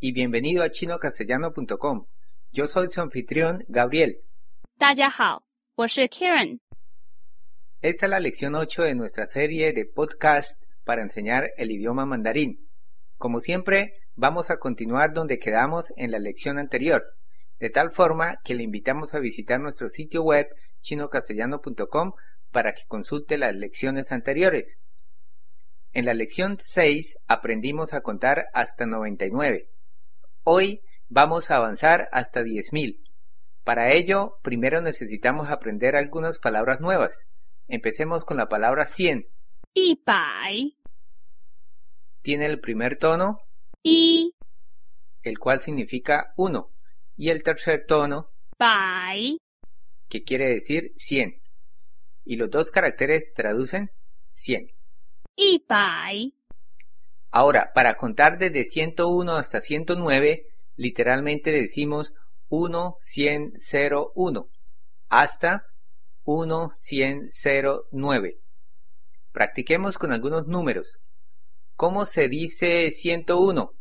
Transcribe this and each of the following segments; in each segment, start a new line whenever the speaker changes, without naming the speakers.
y bienvenido a chinocastellano.com. Yo soy su anfitrión, Gabriel.
大家好，我是 Karen。
Esta es la lección 8 de nuestra serie de podcast para enseñar el idioma mandarín. Como siempre, vamos a continuar donde quedamos en la lección anterior, de tal forma que le invitamos a visitar nuestro sitio web chinocastellano.com para que consulte las lecciones anteriores. En la lección 6 aprendimos a contar hasta 99. Hoy vamos a avanzar hasta 10.000. Para ello, primero necesitamos aprender algunas palabras nuevas. Empecemos con la palabra 100.
一百
Tiene el primer tono,
一
el cual significa 1, y el tercer tono,
百
que quiere decir 100. Y los dos caracteres traducen 100.
一百
Ahora, para contar desde 101 hasta 109, literalmente decimos 1, 100, 0, 1 hasta 1, 100, 0, 9. Practiquemos con algunos números. ¿Cómo se dice 101,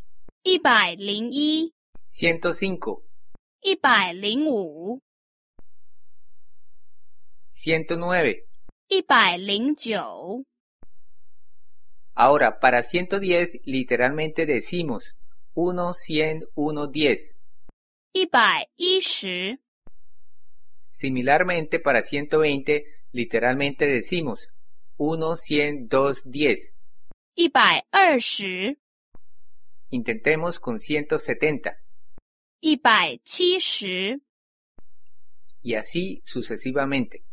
一百零一
105,
一百零五
109?
一百零九
Ahora, para 110, literalmente decimos 1, 100, 1, 10.
一百一十
Similarmente, para 120, literalmente decimos 1, 100, 2, 10.
一百二十
Intentemos con 170
一百七十
y así sucesivamente.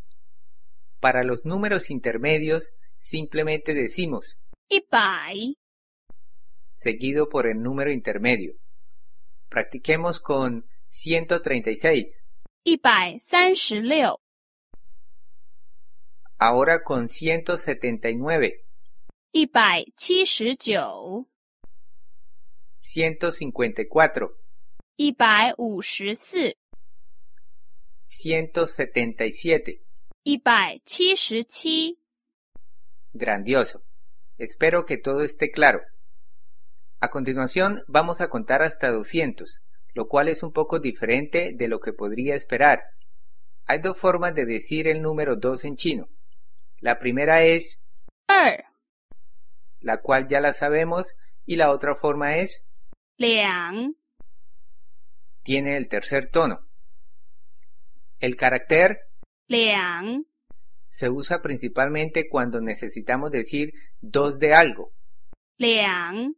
Para los números intermedios, simplemente decimos
一百
seguido por el número intermedio. Practiquemos con 136,
一百三十六
ahora con 179,
一百七十九
154,
一百五十四
177.
一百七十七
Grandioso. Espero que todo esté claro. A continuación vamos a contar hasta 200, lo cual es un poco diferente de lo que podría esperar. Hay dos formas de decir el número 2 en chino. La primera es,
二
la cual ya la sabemos, y la otra forma es,
两
tiene el tercer tono. El carácter
两
se usa principalmente cuando necesitamos decir dos de algo.
两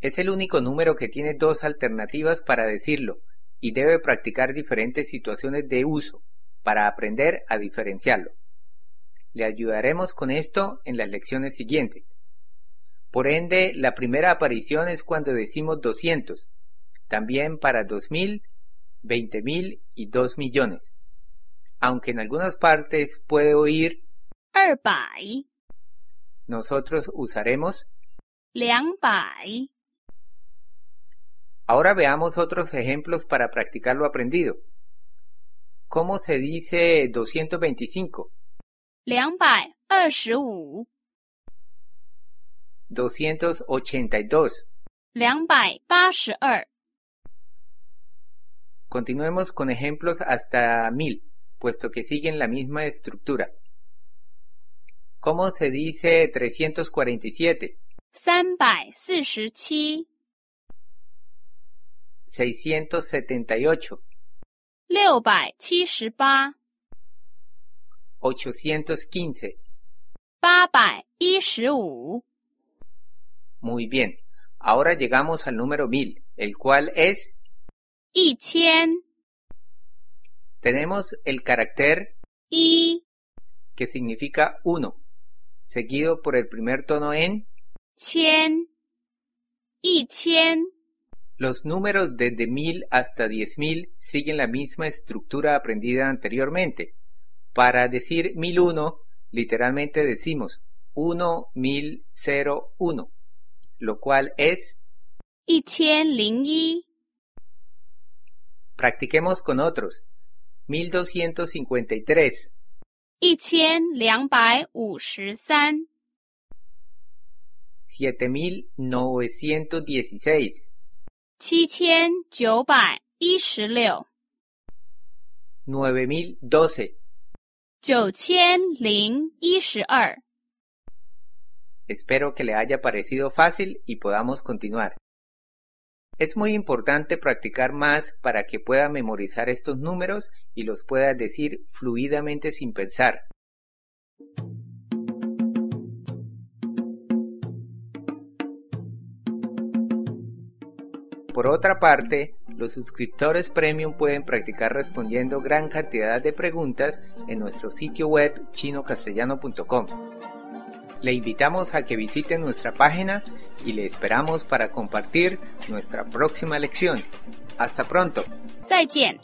Es el único número que tiene dos alternativas para decirlo y debe practicar diferentes situaciones de uso para aprender a diferenciarlo. Le ayudaremos con esto en las lecciones siguientes. Por ende, la primera aparición es cuando decimos 200, también para 2000, 20.000 y 2 millones. Aunque en algunas partes puede oír,
二百
nosotros usaremos
两百
Ahora veamos otros ejemplos para practicar lo aprendido. ¿Cómo se dice 225,
两百二十五
282?
两百八十二
Continuemos con ejemplos hasta 1000, puesto que siguen la misma estructura. ¿Cómo se dice 347,
三百四十七
678,
六百七十八
815?
八百一十五
Muy bien. Ahora llegamos al número 1000, el cual es,
一千
tenemos el carácter
一
que significa uno, seguido por el primer tono en
千一千
los números desde 1000 hasta 10000 siguen la misma estructura aprendida anteriormente. Para decir 1001, literalmente decimos 1, 1000, 0, 1, lo cual es,
一千零一
practiquemos con otros, 1253,
一千两百五十三
7916,
七千九百一十六，
9012.
九千零一十二。
Espero que le haya parecido fácil y podamos continuar. Es muy importante practicar más para que pueda memorizar estos números y los pueda decir fluidamente sin pensar. Por otra parte, los suscriptores premium pueden practicar respondiendo gran cantidad de preguntas en nuestro sitio web chinocastellano.com. Le invitamos a que visiten nuestra página y le esperamos para compartir nuestra próxima lección. Hasta pronto.
再见。